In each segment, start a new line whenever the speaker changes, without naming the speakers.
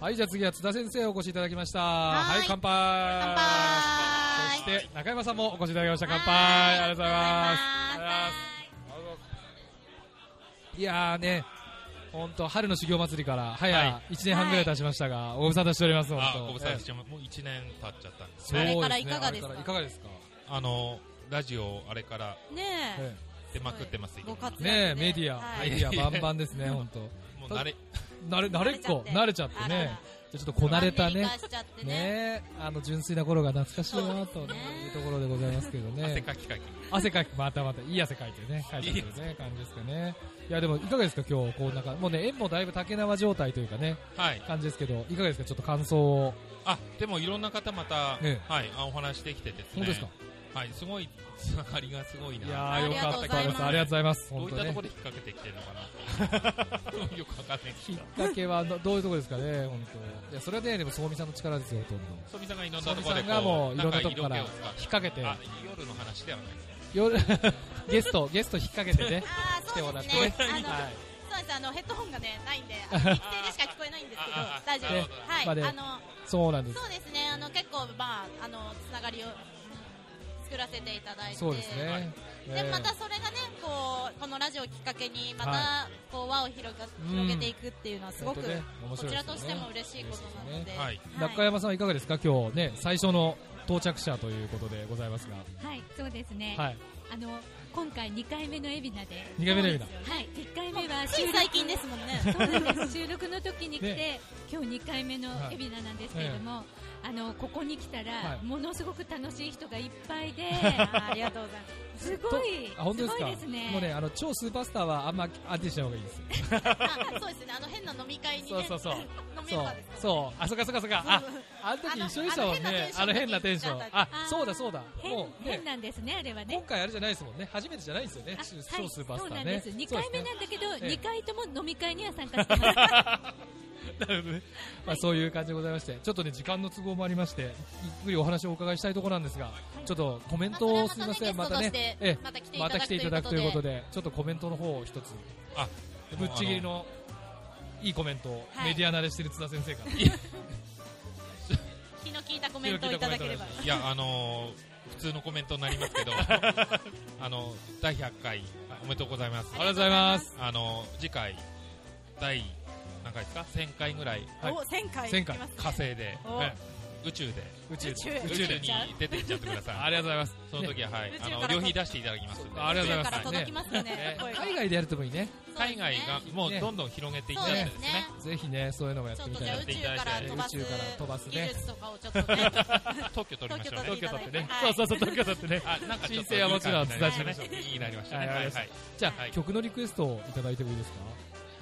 はい、じゃあ次は津田先生をお越しいただきました。
はーい
はい、乾杯。
乾
そ
杯
して、中山さんもお越しいただきました。乾杯。
はーい
ありがとうございます。
ありがとうござい
いやーね、本当春の修行祭りから、はや
は
1年半ぐらい経ちましたが、ご無沙汰しております、本
あ
当
ご無沙汰してますもう1年経っちゃったんです
ええ
ね
そう
あれから
ね
いかがですか
あれいかがですか
あのラジオあれから
ねえ
え
出まくってます
ご活躍で
ねえ、メディア、
はい
メディアバンバンですね、本当。
もう慣れ
慣れ、慣れっこ、慣
慣
れ
れ
ち
ち
ゃ
ゃ
っ
ってて
ね。じゃあちょっとこ
こ
なれたね。
しちゃってね
ねあの純粋な頃が懐かしいなというところでございますけど
汗
ね。
かきかき
汗かき、またまた、いい汗かいてね、かいてるね、感じですかね。いや、でも、いかがですか、今日、こう、なんか、もうね、縁もだいぶ竹縄状態というかね、
はい
感じですけど、いかがですか、ちょっと感想を。
あでもいろんな方また、
え
はい、あお話できてですね
本当ですか
はい、すごいつながりがすごい
いや
な
ー、よかったです。ありがとうございます。
どう
本
い
当
ったと
ね
こ。ろで引っ掛けてきてるのかなよくわかん ないです
きっかけは、どど ういうところですかね、本当。いや、それはね、でも、そうみさんの力ですよ、ほとんど。
ソミさんがいろんなとこ
ソ
ろ
ミ
で
さんがも
こ
う
う
いろんなとこから
なんか色気を
引っ掛け
使
て
う、あ夜の話ではないですね
夜、 ゲスト、ゲスト引っ掛けてね、
あ
来
ー
て
そ
も
う
らっ
で
て
すね
ね。
あの
はい。
そうですあのヘッドホンがねないんで あの一定でしか聞こえないんですけど
ああ
大丈夫
ね
ですはい、
まあね
あの
そうなんです。
そうですねあの結構まああのつながりを作らせていただいて
そうです
は
ね
い。
で
ええ
またそれがねこうこのラジオをきっかけにま
は
たこう輪を広が
ん
広げていくっていうのはすごく
本当ね面
こ
白いです
ち
よね
らとしても嬉しいことなので、
はい
中山さんはいかがですか今日ね最初の到着者ということでございますが
はい、そうですね。
はい
あの今回2回目のエビナで。
二回目の海老
はい、1回目は
つ
収
い
録
最近ですもん ね
そうなんです収録の時に来て、
ね
今日2回目の
はい
エビナなんですけれども、あのここに来たら、
はい
ものすごく楽しい人がいっぱ いで
あーありがとうございます
すごい
あ本当ですす
ご
か
いですね
もうねあの超スーパースターはあんま安定しない方がいいです
あそうですねあの変な飲み会にね
そうそうそう
のメ
そ
ン
う
バーですから
そうあそっかそっかそっかああの時一緒でしたもんねあ
あの
の変
変
な
な
テ
テ
ン
ン
シ
シ
ョ
ョ
ン
ン
あ
あー
そうだそうだ
変
もうね
変なんですねあれは
今
ね
回あれじゃないですもんね初めてじゃないんですよね
あは
超
い、
ス
そ
ーパース
う
タ
な
ー
ん
ね
です2回目
そう
なんだけど、
ええ
2回とも飲み会には参加してます
ですねなるほどねまあそういう感じでございましてちょっとね時間の都合もありましてゆっくりお話をお伺いしたいところなんですがちょっとコメントをすみませんま
ま
た
た
ね
ね
え
ゲ
え
ストとしてまた来て
また来て
いただくと
いただくという
いう
こ
こととで
で、ちょっとコメントの方を一つ、
あ
ぶっちぎりのいいコメントを
はい
メディア慣れしてる津田先生から、
気の利いたコメントをいただければ
いやあのー普通のコメントになります けどあの第100回おめでとうございます
ありがとうございます。
あの次回第何回ですか1000回ぐらい
はい
お1000回
1000回
いきます
火星で、
お
はい宇宙で
宇宙
宇宙へ
宇宙に出ていっちゃってください
ありがとうございます。
その時は、はい
宇宙
あ
から
の旅費出していただきますんで
ありがとうございま
宇
す
宙から届きますよね
ね
声が
海外でやるともいいね。
海外がもうどんどん広げていただいてですね
ぜひねそういうのもやっ
ちょ
て
っ
み
と
たい
じゃ
な
あ宇宙から飛ばす
宇宙から飛ばすね
技術とかをちょっとね
特許取りましょうね
東京都
っ
ってて
ね
ね、
そうそうそう東京だってね
あなんかちょっと
申請はもちろん
いい感じになりまし
伝
たねいいなりました
は
ね
い
はい
わ
は
かりま
い
したじゃあ、
はい
曲のリクエストをいただいてもいいですか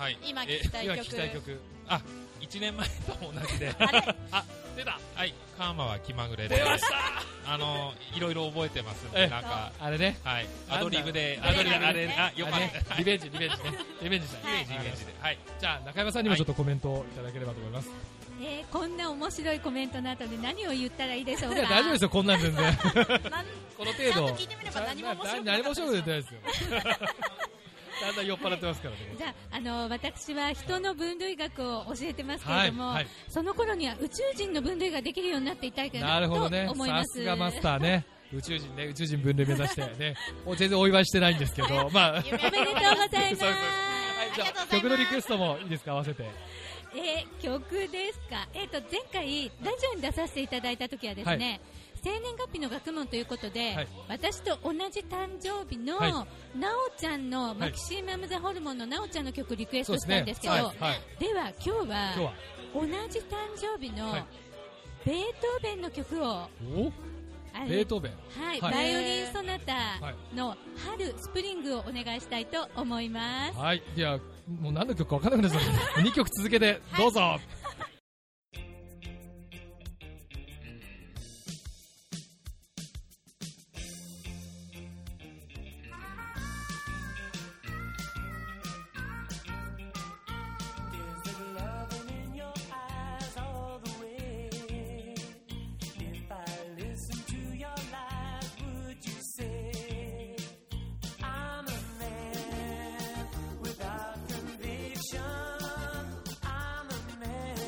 はい
今
え
聞きたい
今
曲
聞きたい曲
あ1年前と同じで
あれ
あ出たはいカーマは気まぐれであのいろいろ覚えてますん
ええ
でなんか
あれね
はいアドリブで
アドリブ
あれ
ね
あよかった
あれね
はい
リベンジリベンジねリベンジしたい
はい
イメージではい
じゃあ中山さんにもちょっとコメントをいただければと思います、
えーこんな面白いコメントの後で何を言ったらいいでしょう
い
か
や大丈夫ですよこんなん全然
なん
この程度
ちゃんと聞いてみれば何も面白くなか
何
った
も面白く出てないですよ だんだん酔っ払ってます からね、
じゃあ、あの私は人の分類学を教えてますけれども、
はいはい
その頃には宇宙人の分類ができるようになっていたいか
な
な
るほ
と
どね
思い
さ
ます。
すがマスターね宇宙人ね宇宙人分類目指してねお全然お祝いしてないんですけ どまあ
夢
おめでとうございます
そうそうそうはいじゃ
ありがとうございま
あ
す
曲のリクエストもいいですか合わせて
えー曲ですか、えー、と前回、ラジオに出させていただいた時はですね、生年月日の学問ということで、
はい
私と同じ誕生日の、
はい
なおちゃんの、マキシマム・ザ・ホルモンのなおちゃんの曲リクエス
そう
トし
です
たん
ね
ですけど、
はい
で
はい
は今日
今日
は
は
同じ誕生日の、
はい
ベートーベンの曲をあ
お
れ
ベートーベン
はい、
はい
バイオリンソナタの春スプリングをお願いしたいと思います。
はいいやもう何の曲か分からなくなっちゃった2 曲続けてどうぞ、
There's a loving in your eyes all the way. If I listen to your lies, would you say I'm a man without conviction? I'm a man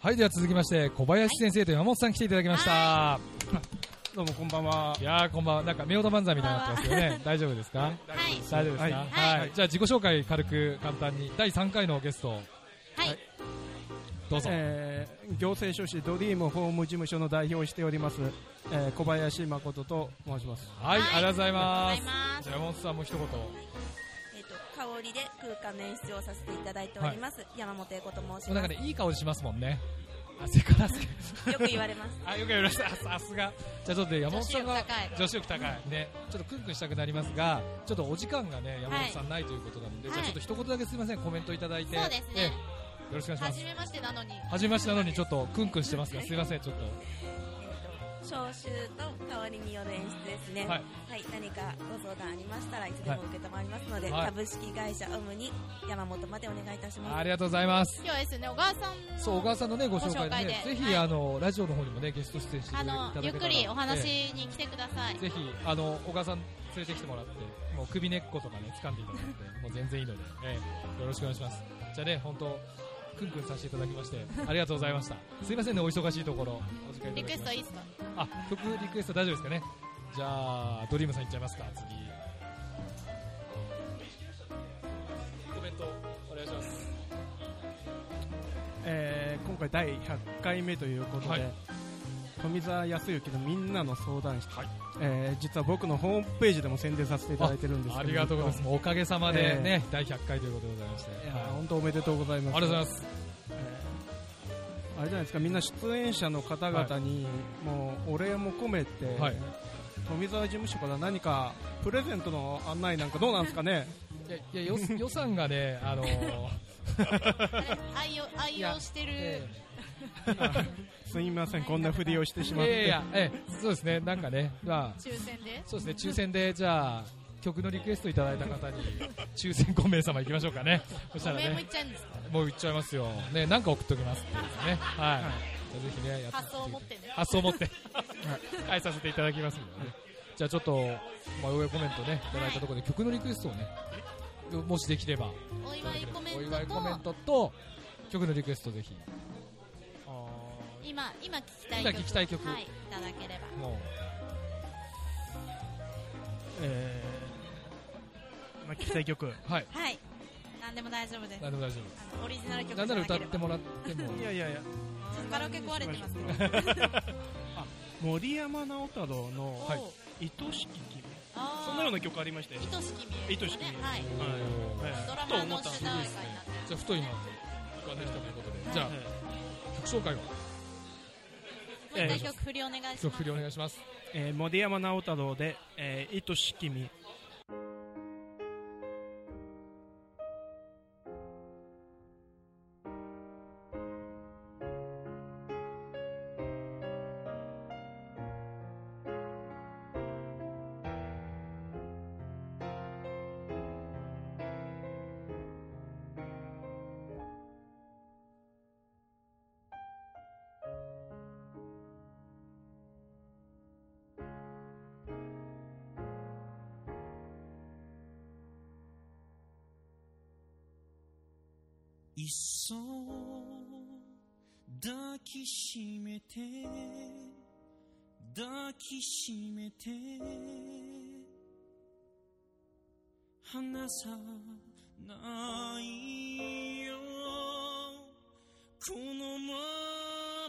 はい、では続きまして、小林先生と山本さん来ていただきました。
どうもこんばんは。
い、やー、こんばんは。なんか、夫婦漫才みたいになってますけど ね。大丈夫ですか
はい
大丈夫ですか
はい
はい。
はい
じゃあ、自己紹介軽く簡単に。第3回のゲスト、
はい
どうぞ。
えー行政書士ドリーム法務事務所の代表をしております、えー小林誠と申します。
はい、
はい
ありがとうござい
あ
ま
り
す
がとうござい。ます
じゃあ、山本さんも一言。
えっと香りで空間の演出をさせていただいております、山本英子と申します。
なんかね、いい顔しますもんね。汗からすけ。
よく言われ ます。
あ、よくやりました。さすが。じゃあ、ちょっとね山
女
本
子
さん
力
が、
高い
女子力高い。ね、ちょっとクンクンしたくなりますが、ちょっとお時間がね、山本さんないということなので、
はい
じゃあ、ちょっと一言だけすみません、コメントいただいて。
そうです
ええ
ね
よろしくお願いします
初。めましてなのに
はじめましてなのにちょっとクンクンしてますが、すいません、ちょっと。
消臭と香りによる演出ですね。
は
はいい、何かご相談ありましたらいつでも受け止まりますので、
はい
株式会社オムに山本までお願いいたします。
ありがとうございます。
今日はですね小川さんの
そう、小川さんのね、ご紹介でね、
ご
ぜ
紹介で
ひ、
はい
あの、ラジオの方にもね、ゲスト出演していた
あ
だけたら
のゆっくりお話に来てください
ぜひ、あの、小川さん連れてきてもらって、もう首根っことかね、掴んでいただいて、もう全然いいので、ええよろしくお願いします。じゃあね、本当クンクンさせていただきまして、ありがとうございました。すいませんね、お忙しいところ、お時間いただ
リクエ
き
ス
ま
ト
し
いいっすか
た。あ、曲リクエスト大丈夫ですかね。じゃあ、ドリームさんいっちゃいますか、次。コメント、お願いします。
えー今回第100回目ということで、
はい
富澤康之のみんなの相談室、
はい
えー実は僕のホームページでも宣伝させていただいてるんです
あ
けど
りがとうございます。もうおかげさまで
え
ね、第100回ということでございまして。
いや
はい
ー本当おめでとうございます
ありがとうございます。
あれじゃないですかみんな出演者の方々にもうお礼も込めて、
はい
富澤事務所から何かプレゼントの案内なんかどうなんですかね
いや、いやよ予算がね、あのー、
愛用愛用してる、
え
すみませんこんなふりをしてし
え
まって、
いやいや、ええそうですね、なんかね、まあ、
抽選で
そうですね、抽選で、じゃあ、曲のリクエストいただいた方に、抽選5名様いきましょうかね。そした
お
ら
面もいっ
ね、
ちゃうんですか
もう言っちゃいますよ。ね、なんか送っときますっていうね。はい。じゃあぜひね、やって
発想を持ってね
発想を持って、はい、させていただきますんでね。じゃあちょっと、まあ、応援コメントね、いただいたところで曲のリクエストをね、もしできれば、
お祝いコメ
お
ン
祝い
ト
コメン
と
トと曲のリクエストぜひ
今今聞きたい曲
今聞きたい曲
はい、いただければ
も
えーまあ、聞きたい曲いう
はい
はい何でも大丈夫です
何でも大丈
あのオリジナル
夫
曲
何なら
じ
歌
ゃ
っ
なければ
てもらっても
やいやいや
ちょっとカラオケ壊れてますけど
森山直太朗の
はい
「愛しき君」
あー
そんなような曲ありましたよ、
愛しき見える、ね、
愛しき見える
はい
おー
ドラマの主題歌になってます
じゃあ太いの浮かんできたということでじゃあ
はい
曲紹介を
もう一回曲振りお願いします
曲振りお願いします
えー、森山直太朗で「えー、愛しき君」
いっそ抱きしめて抱きしめて離さないよこの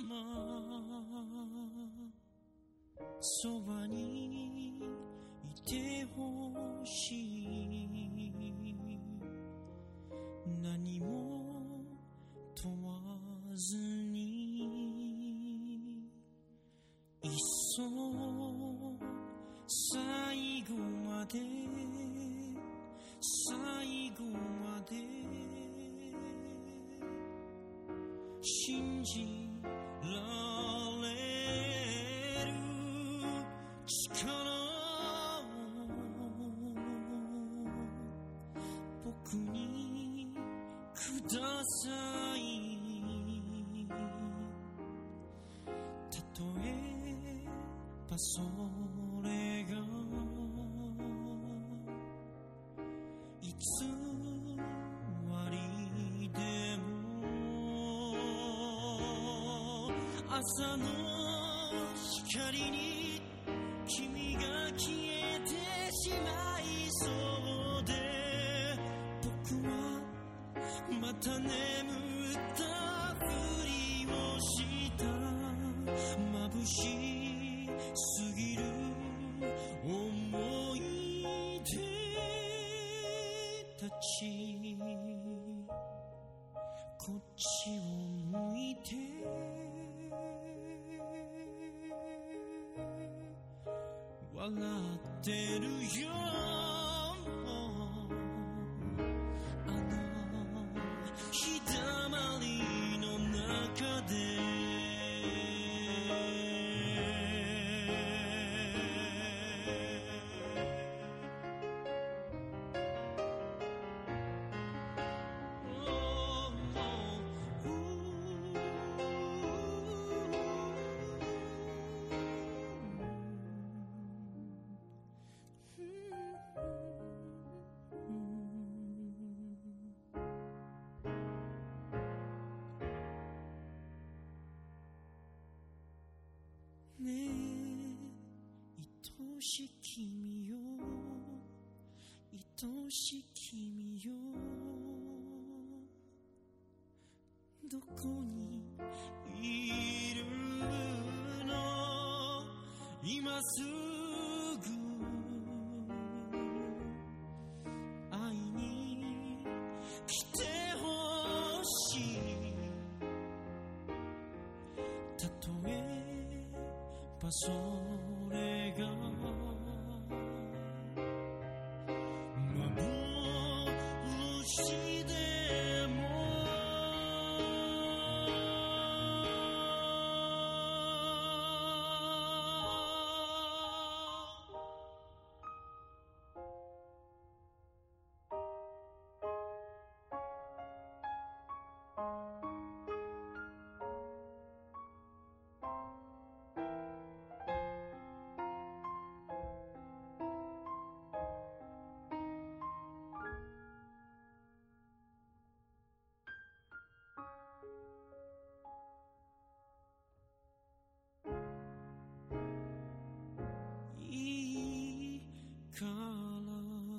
ままそばにいてほしい何も問わずにいっそ最後まで最後まで信じられる力を僕にくださいたとえばそれがいつわりでも朝の光に君が消えてしまいそうで僕はまた眠ったふりをした眩しすぎる思い出たちこっちを向いて笑ってるよあの日だまりの中でねえ愛しき君よ愛しき君よどこにいるの今すぐ会いに来てほしいたとえやっぱそれが幻でもいいから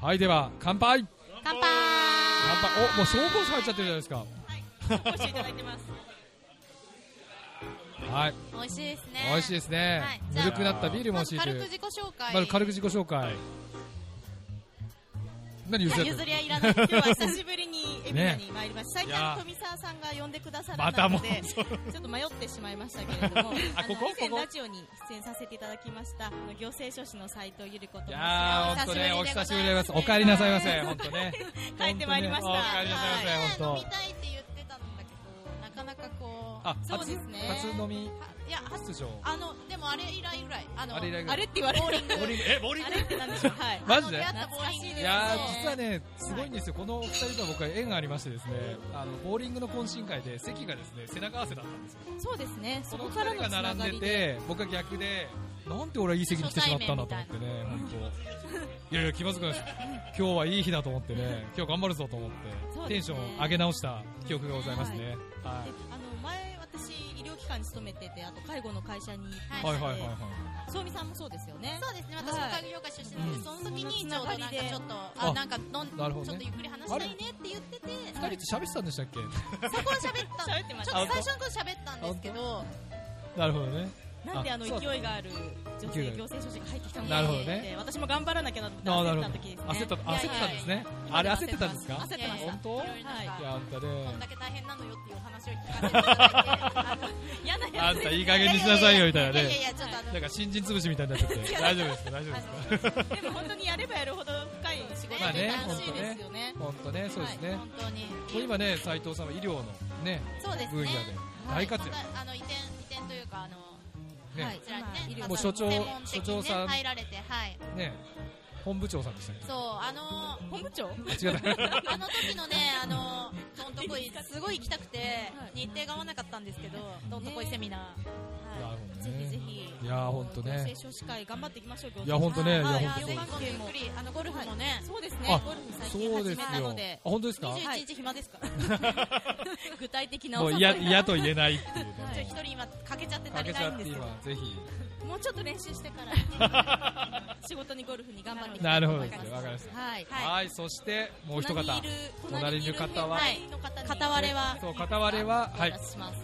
はい、では、乾杯
乾
乾
杯
杯お、もう紹興酒入っちゃってるじゃないですか。
美味しいいただいてます
はい、
美味しいですね
美味しいですね
はい。じゃあ
ぬるくなったビールも美味し
まず
いとい
軽く
う。
自己紹介
まず軽く自己紹
は
介
い。
何
い
譲
や
り合って
譲り合いい らない今日は久しぶりに海老名に参りました、
ね
最近あの富澤さんが呼んでくださ
ま
ら
た
な
も
の
う
で、ちょっと迷ってしまいましたけれども
あここ
の以
こ
前
こ
ラジオに出演させていただきましたあの行政書士の斉藤ゆり子と申
い
し
やー、
ま
本
す
当ね、お久しぶりでございます。お
お
帰りなさいませ、本当ね。
帰ってまいりました、
本当ねお帰りなさいませ、
は
本
い
当
飲み。たいって言ってたんだけどなかなかこう
あ、
そうですね
初初飲み
いや初
出場。
あのでもあれ以来以来あの
あれ以来以来
あれって言われる
ボウリングえ、ボウリン
あ
グ
れってなんでしょうはい
マジで
あの出会ったボーリング
いやー実はね、すごいんですよ、このお二人とは僕は縁がありまして、ですねあのボーリングの懇親会で席がですね背中合わせだったんですよ、
そうですねそ
こ
こ
の
か
二
ら
人
の
が
つなが
並ん
り
で
で
て、僕は逆で、なんで俺はいい席に来てしまったんだと思ってね、本当、いやいや、気まずくないです、今日はいい日だと思ってね、今日頑張るぞと思って、
そうですね
テンション上げ直した記憶がございますね。は
で
い
あの前私医療機関に勤めててあと介護の会社に行ってて
はいはいはいはい。
そうみさんもそうですよね
そうですね、私も介護業界出身なんで、その時にちょうどなんかちょっと、
あ
あ、なんか飲ん
なるほどね
ちょっとゆっくり話したいねって言ってて、
二人って喋ってたんでしたっけ
そこは喋った、 ち
喋ってまし
ょ
た
っと最初の頃喋ったんですけど、
なるほどね。
なんであの
そう
勢いがある女
勢いがあ
性
る
行政書士が入ってきたの
な
か
る
な
ほど
と思
ね
って私も頑張らなきゃなと
あなるほど
思った時ですね
焦った、
い
焦ってたんで
や
すね。
いや
あれ焦ってたんです
焦
か
ってました
本当
いろいろな
い
んか、
や、あんた
こん
ね
だ。け大変なのよっていうお話を聞かせていただいて、
嫌なや
あん
つで
た
す
いい加減にしなさいよみたいなね
いやいや、ちょっとあの、
なんか新人潰しみたいになっちゃって 大丈夫ですか大丈夫ですか
でも本当にやればやるほど深い仕事
まあ
で
ね
楽しいですよね
本当ねそうですね、
はい本当に。
これ今ね斉藤さんは医療のね
そうです
分
ね
野。で大活躍、
またあの移転、移転というか、あの、
ね、
こちらにね、
もう所長
専門的にね
所長さん
入られて、はい。
ね本部長さんでしたっ
そうあのー
本部長
けあ違った
あの時のね、あのー、どんとこい、すごい行きたくて、
はい
日程が合わなかったんですけど、どんとこいセミナー。
な
は
るほ
い、
ど
ぜ
ね
ひぜひ。
いやーほんとね
青少子会頑張っていきましょう、今
いやほんとねいや
はい、
ほんと
いやぜひゆっくり、あの、ゴルフもね、
そうです
あ
ね。ゴルフ最近
そうですよ
始めたので
あ本当ですか
21日暇ですから。 具体的な
も
お
う
誘い
嫌
が
嫌と言えないっていうね
ちょ一人今、かけちゃって足
か
り
け
な
ち
い
ゃ
ん
っ
で
て
すよ。
今ぜひ
もうちょっと練習してから、 仕事にゴルフに頑張っていきた
ない
と
るほど
思
で
い
す
ます。
ねわかりました
はい。
はいそしてもう一方
隣にいる
隣にいる方は
隣にいる隣の方に
片割れは、
そう片割れははい
お出しします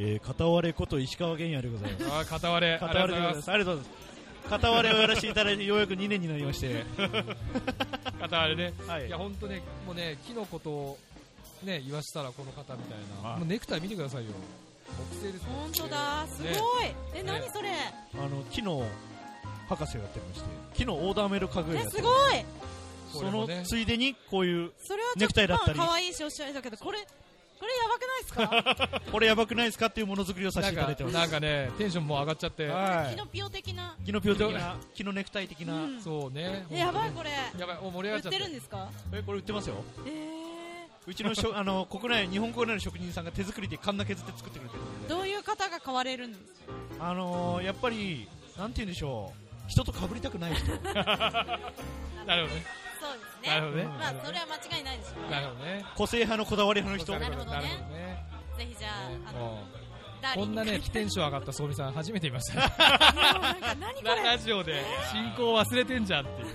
えー、片割れこと石川源也でございます。
あー片割れあ
片
りがと
割
うござい
れでござい
ま
ますす。ありがとうございます。片割れをやらせていただいてようやく2年になりまして。
片割れね
はい
いや本当ねもうね木のことをね言わしたらこの方みたいな
はい
もうネクタイ見てくださいよ木製ですね
本当だ、すごい
ね。
え、
ね
何それ。
あの木の博士をやってまして木のオーダーメール家具を
え
や、って
す
ま
ごい。
す
こ
そ
れも
の
ね
ついでにこういう
それはちょ
ネ
っ
クタイ
と
だったり
まあ可愛いしおしゃれだけど、これ、これやばくない ですか
これやばくないですかっていうものづくりをさせ
な
て
んか
いただいてます
なんかねテンションもう上がっちゃって
は
キ
い
ノピオ的な。
木のピオ的な木のネクタイ的な、
うん
そうね
え、やばい
本
これ。
当ねやばいもう盛り上
売
がっ
っ
ちゃってて
るんですか
えこれ売ってますよ
ええ
うちのしょ あの国内日本国内の職人さんが手作りでカンナ削って作ってくれてるん
ー。
で
どういう方が買われるんですか
あのー、やっぱりなんて言うんでしょう人と被りたくない人
なるほどね
そうです
なるほどね
まあ、それは間違いないでしょう
な
ね。
るほどね
個性 派のこだわり派の
な
人
るほど
なる
ね
ほぜひじゃあ、あの、
もう
ダーリ
こ
ン
ん
に
な ね、テンション上がったそうみさん、初めて見ました、
何これ
ラジオで進行忘れてんじゃんっていう、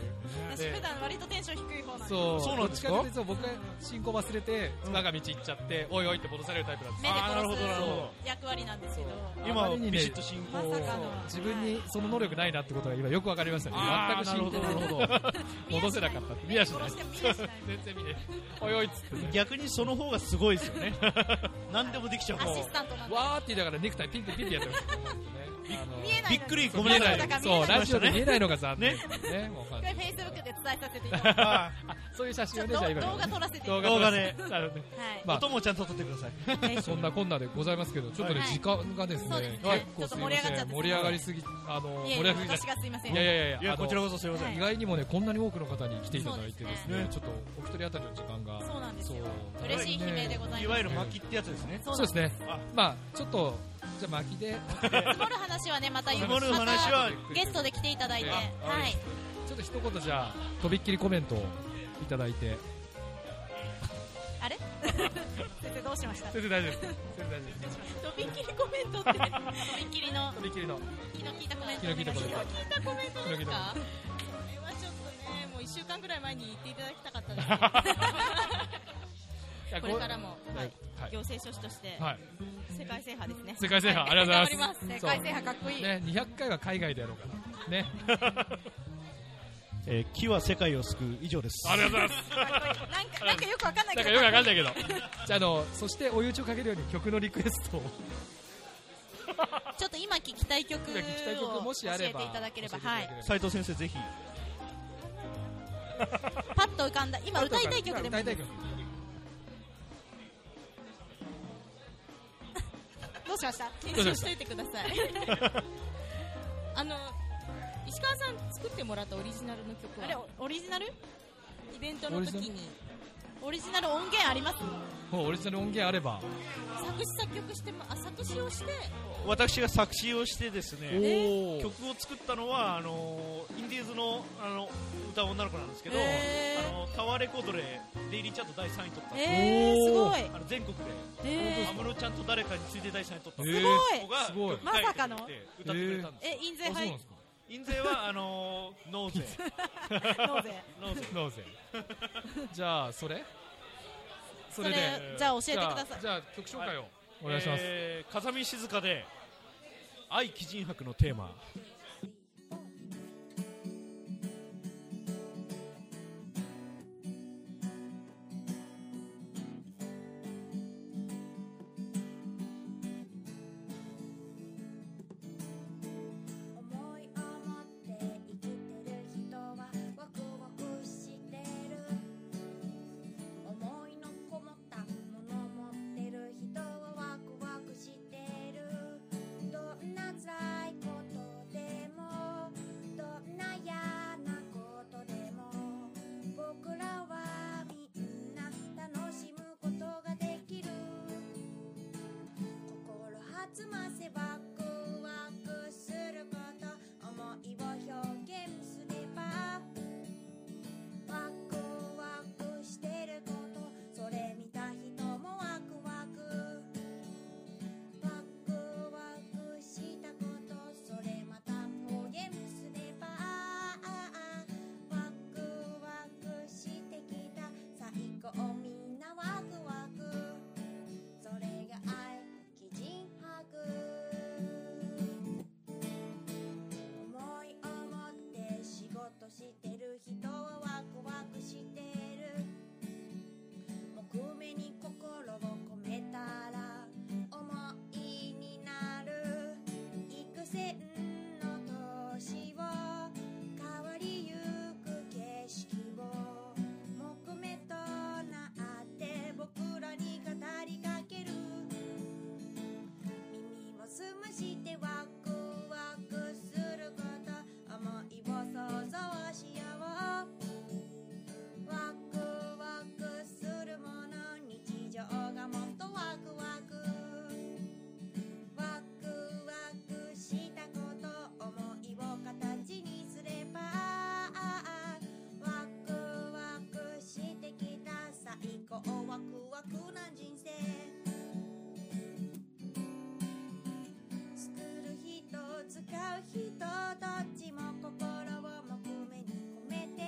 私普段割とテンション低い方なんで。
そう、
そうなんですか
どっちっていうと僕が進行忘れて、我が道行っちゃって、おいおいって戻されるタイプなんです
目で
あーなるほ
殺
どなるほど
す役割なんですけど。
今
あま
は
りにね
ビシッと進行
まさかの。
自分にその能力ないなってことが今よくわかりましたね
あー。
全く進
なるほどな
行
る
戻せなかったって。見やしない。
見やしない
全然見ない。おいおいっつってね。
逆にその方がすごいですよね 何でもできちゃう
アシ
方
スタントなんで。
わーって言いながらネクタイピンピンピンってやってましたね。あの
見えないの
び
に
っくりごめんなさい
見えない
そう、ラジオで見
ね
えないのが残念ですね。もう
一
完全
回フ
に
ェイスブックで伝えさせていただきま
あ
そういう写
す。ち
真
ょ
を
っ
ね、じゃあ
と
今から
動画
ね
撮らせていた
動
だ
画
き
動
撮ら
画で
せてなるほどね
はい。
まあ
音もちゃんと撮ってください。
はい
そんなこんなでございますけど、ちょっとね、
はい
時間がです
そう
ね
で、すね
結構
ち
す
ょっと
い
盛
ま
り上がっちゃ
せ
っ
ん、
て
盛り上がりすぎ、あの、
いや
盛り
い
上
や
がりす
私がすいませ
ぎ、い
ん。
やいやいや
い
いや、
や、
あ
こ
の
ちらこそすいません。
はい
意外にもね、こんなに多くの方に来ていただいてです
そう
ね
で、
ちょっとお一人当たりの時間が、
そうなんですよ
そう
嬉しい悲鳴でござい
い
ま
わ
す
ゆる巻きってやつですね。
そうですね
あ、
まあ、ちょっと、じゃあ巻きで、
積もる話はねまた言う
積もる話は
またゲストで来ていただいて
あ
はい
ちょっと一言じゃあ、とびっきりコメントをいただいて、
あれ 先生どうしました
全然大丈夫です。全然大丈夫です。
とびっきりコメントってとびっきりの
とびっきりの、
気の利いたコメント
気の利いたコメント
気の利いたコメント
広げてもらって
これはちょっとねもう1週間ぐらい前に言っていただきた かったです
いや
けどこれからも
ご
は
はいい。
行政書士として
はい。
世界制覇ですね
世 界制覇、ありがとうございます。
世界制覇かっこいい
ね、200回は海外でやろうかな。ね。
えー木は世界を救う以上です。
ありがとうございます。
なんかなんかよくわかんない
な
け
んか
ど
よくわかんないけど。じゃあ、あの、そして追い打ちをかけるように曲のリクエストを。
ちょっと今聴きたい曲を
今
教え
聴きたい曲もしあ
て
れ
い
ば。
ただければ
教
は
えて
い
いただければ
斉藤先生ぜひ。
パッと浮かんだ今歌いたい曲でも
歌いたい曲。
どうしました
検証しといてくださいあの石川さん作ってもらったオリジナルの曲
あれ
は
オリジナル
イベントの時に
オリジナル音源あります
もうオリジナル音源あれば。
作詞作曲してもあ作詞をして
私が作詞をしてです
お
ね、
ー。
曲を作ったのは、あのーインディーズの、あの、歌う女の子なんですけど、
へー
あの、タワーレコードで、デイリーチャート第3位取ったんですよ
えーすごい
あの、全国で、
え
安室ちゃんと誰かに次いで第3位取ったん
え
です
ー
よ
すごい
子が
すごい
曲書いてくれて
まさかの
歌ってくれたんです
ー、え印税
あ、そう
入
なん
っ
ですか。
印税は、あのー納税。
納税
納税。
どうぜ。じゃあ、それそ
それ
れで。
じゃあ教えてください
じゃあ、じゃあ曲紹介をお願いします。
えー風見静香で愛鬼人博のテーマ
思いを持って生きてる人はワクワクしてる思いのこもったもの持ってる人はワクワクしてるどんな辛いことでつませワクワクすること思いを表現すればワクワクしてることそれ見た人もワクワクワクワクしたことそれまた表現すればワクワクしてきた最高みんなワクワクそれが愛基人博思い思って仕事してる人はワクワクしてる木目に心を込めたら思いになる幾千の年を変わりゆく景色を木目となって僕らに語りかける耳を澄ましてワクワクすること思いを想像しようワクワクするもの日常がもっとワクワクワクワクしたこと思いを形にすればワクワクしてきた最高ワクワクな人生作る人使う人どっちも心をもくめに込めて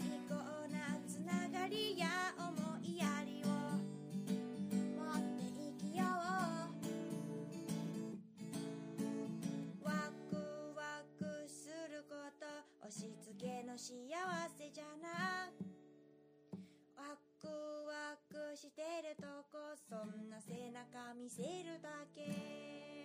最高なつながりや思いやりを持っていきようワクワクすること押し付けの幸せじゃなワクワクしてるとこそんな背中見せるだけ